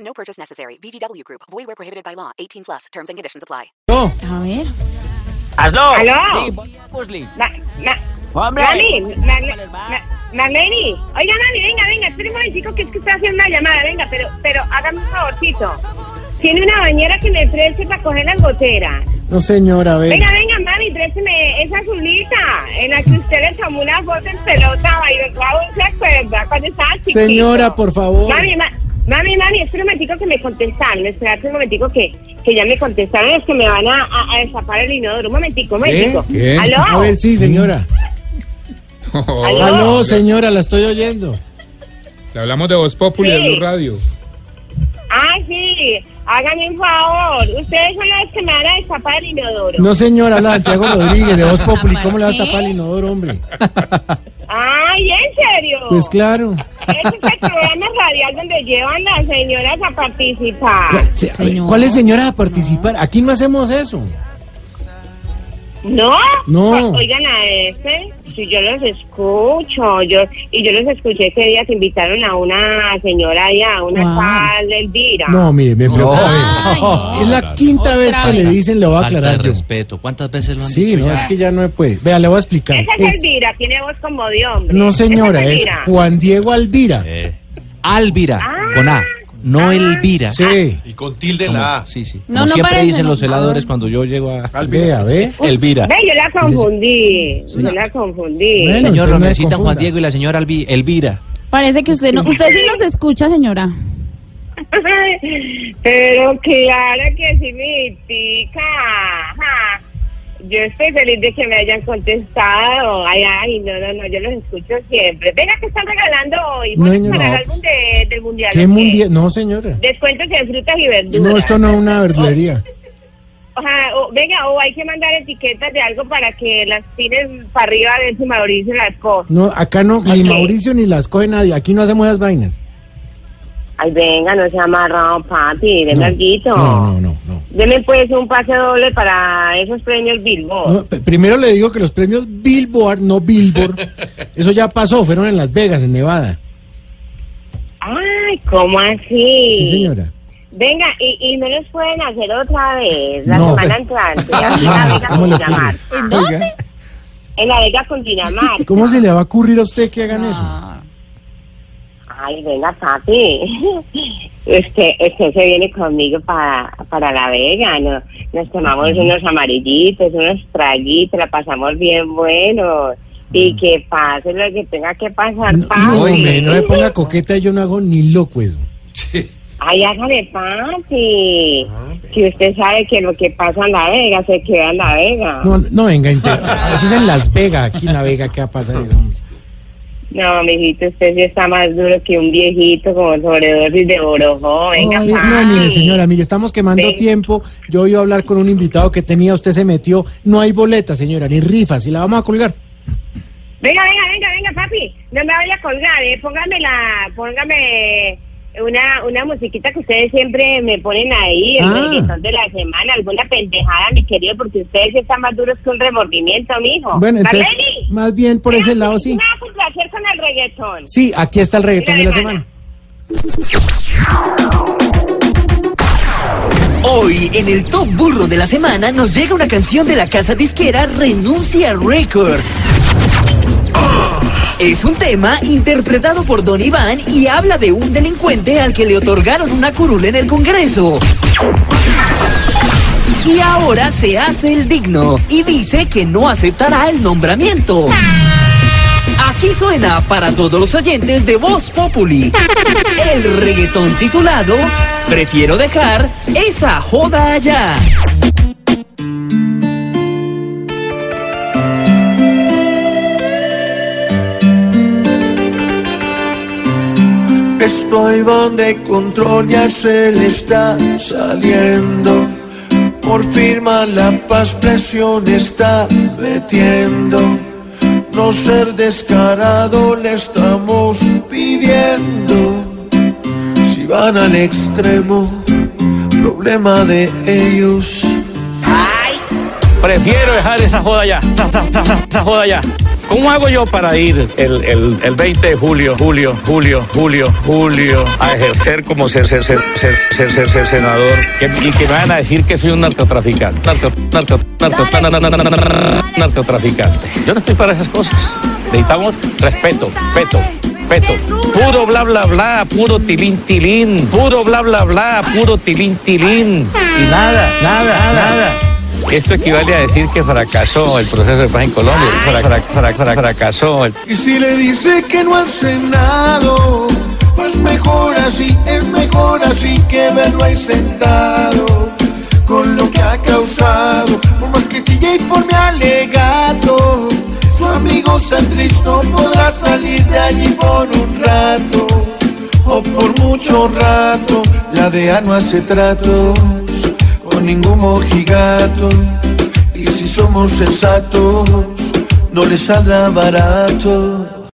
No purchase necessary. VGW Group. Void where prohibited by law. 18 plus. Terms and conditions apply. No, A ver. ¡Hazlo! ¿Aló? Sí, ponle a Pusli. Ma, ma, ¡Hombre! Nani, ma, ¿Cómo les va? ma, Marleni. Oiga, Nani, venga, venga, espere un momentico que es que está haciendo una llamada, venga, pero, pero hágame un favorcito. Tiene una bañera que me preste para coger las goteras. no señora, a ver. Venga, venga, mami, présteme esa azulita en la que usted le tomó una foto en pelota y wow, se acuerda cuando estaba chiquito. Señora, por favor. Mami, ma- mami, mami, espera un momentico que me contestaron, espera un momentico que, que ya me contestaron, es que me van a, a, a destapar el inodoro. Un momentico, un momentico. ¿Qué? ¿Aló? ¿Eh? A ver, sí, señora. ¿Aló? Aló, señora, la estoy oyendo. Le hablamos de Voz Populi Sí. de Blue Radio. Ah, sí, háganme un favor. Ustedes son los que me van a destapar el inodoro. No, señora, habla Santiago Rodríguez de Voz Populi. ¿Cómo le vas a ¿Qué? tapar el inodoro, hombre? Ay, ¿en serio? Pues claro. Ese es el programa radial donde llevan las señoras a participar. Se- a ver, Señora. ¿Cuál es señora a participar? Aquí no hacemos eso. ¿No? No. O- Oigan a ese, si yo los escucho, yo y yo los escuché ese día que invitaron a una señora allá, a una Wow. tal Elvira. No, mire, me preocupa. Ay, no. Es la quinta vez que le dicen, le voy a Falta de aclarar yo. respeto. ¿Cuántas veces lo han Sí, dicho no, ya? es que ya no puede. Vea, le voy a explicar. Esa es, Es- Elvira, tiene voz como de hombre. no, Esa señora, es Elvira. Juan Diego Alvira. Eh, Álvira, con A. No Ah. Elvira. Sí, Y con tilde en Como- la A. Sí, sí. No, Como no siempre parece, dicen no. los heladores cuando yo llego a vea, ve. Ah. Elvira. Ve, yo la confundí, yo la confundí. Bueno, Señor, usted lo no se necesitan confunda. Juan Diego y la señora Albi- Elvira. Parece que usted no. Usted sí nos escucha, señora. Pero claro que sí, mi tica. Ajá. Yo estoy feliz de que me hayan contestado. Ay, ay, no, no, no, yo los escucho siempre. Venga, que están regalando hoy? No, ¿Bonos no. para el álbum de, del mundial. ¿Qué o mundial? No, señora. Descuentos en frutas y verduras. No, esto no es una verdulería. Ajá, o- venga, o hay que mandar etiquetas de algo para que las tires para arriba de su Mauricio las cosas. No, acá no, ni Ok. Mauricio ni las coge nadie. Aquí no hacemos esas vainas. Ay, venga, no se ha amarrado, papi, de No, larguito. no, no, no, no. Deme pues un pase doble para esos premios Billboard. No, p- primero le digo que los premios Billboard, no Billboard, eso ya pasó, fueron en Las Vegas, en Nevada. Ay, ¿cómo así? Sí, señora. Venga, y, y no los pueden hacer otra vez la No. semana entrante. No, Aquí en la ¿cómo Vega con le Dinamarca. ¿En dónde? En la Vega con Dinamarca. ¿Cómo se le va a ocurrir a usted que hagan eso? Ah, Ay, venga, papi. Este, este se viene conmigo para, para la Vega. ¿no? Nos tomamos unos amarillitos, unos traguitos, la pasamos bien bueno. Y que pase lo que tenga que pasar, No, papi. no, hombre, no me ponga coqueta, yo no hago ni loco eso. Ay, hágale papi. Si usted sabe que lo que pasa en La Vega se queda en La Vega. No, no venga, inte- eso es en Las Vegas, aquí en Las Vegas, ¿qué va a pasar eso? hombre? No, mijito, usted sí está más duro que un viejito como sobredosis de borojó. Venga, Ay, No, papi. mire, señora, mire, estamos quemando Ven. tiempo. Yo iba a hablar con un invitado que tenía, usted se metió. No hay boleta, señora, ni rifas, y la vamos a colgar. Venga, venga, venga, venga, papi. No me vaya a colgar, eh. Póngame la, póngame una, una musiquita que ustedes siempre me ponen ahí, el Ah. reggaetón de la semana, alguna pendejada, mi querido, porque ustedes sí están más duros que un remordimiento, mijo. Bueno, entonces, Marlene, más bien por ese venga, lado, sí. pues, Me va a complacer con el reggaetón. Sí, aquí está el reggaetón de la semana. Hoy, en el Top Burro de la Semana, nos llega una canción de la casa disquera Renuncia Records. Es un tema interpretado por Don Iván y habla de un delincuente al que le otorgaron una curul en el Congreso. Y ahora se hace el digno y dice que no aceptará el nombramiento. Aquí suena para todos los oyentes de Voz Populi el reggaetón titulado Prefiero dejar esa joda allá. Es Iban de control ya se le está saliendo. Por firma la paz, presión está metiendo. No ser descarado le estamos pidiendo. Si van al extremo, problema de ellos. Prefiero dejar esa joda ya. Esa, esa- esa- esa joda ya. ¿Cómo hago yo para ir el, el- el 20 de julio, julio, julio, julio, julio, a ejercer como ser, ser, ser, ser, ser, ser- ser senador? Que- y que me van a decir que soy un narcotraficante. Narco, narco, narco, na- na- na- na- na- na- na- narcotraficante. Yo no estoy para esas cosas. Necesitamos respeto, peto, peto. Puro bla, bla, bla, puro tilín, tilín. Puro bla, bla, bla, puro tilín, tilín. Y nada, nada, nada. Esto equivale a decir que fracasó el proceso de paz en Colombia. Fra- fra- fra- fra- fracasó el Y si le dice que no al Senado, pues mejor así, es mejor así que verlo ahí sentado. Con lo que ha causado, por más que chille y forme alegato, su amigo Sandrich no podrá salir de allí por un rato, o por mucho rato. La DEA no hace tratos con ningún mojigato, y si somos sensatos, no le saldrá barato.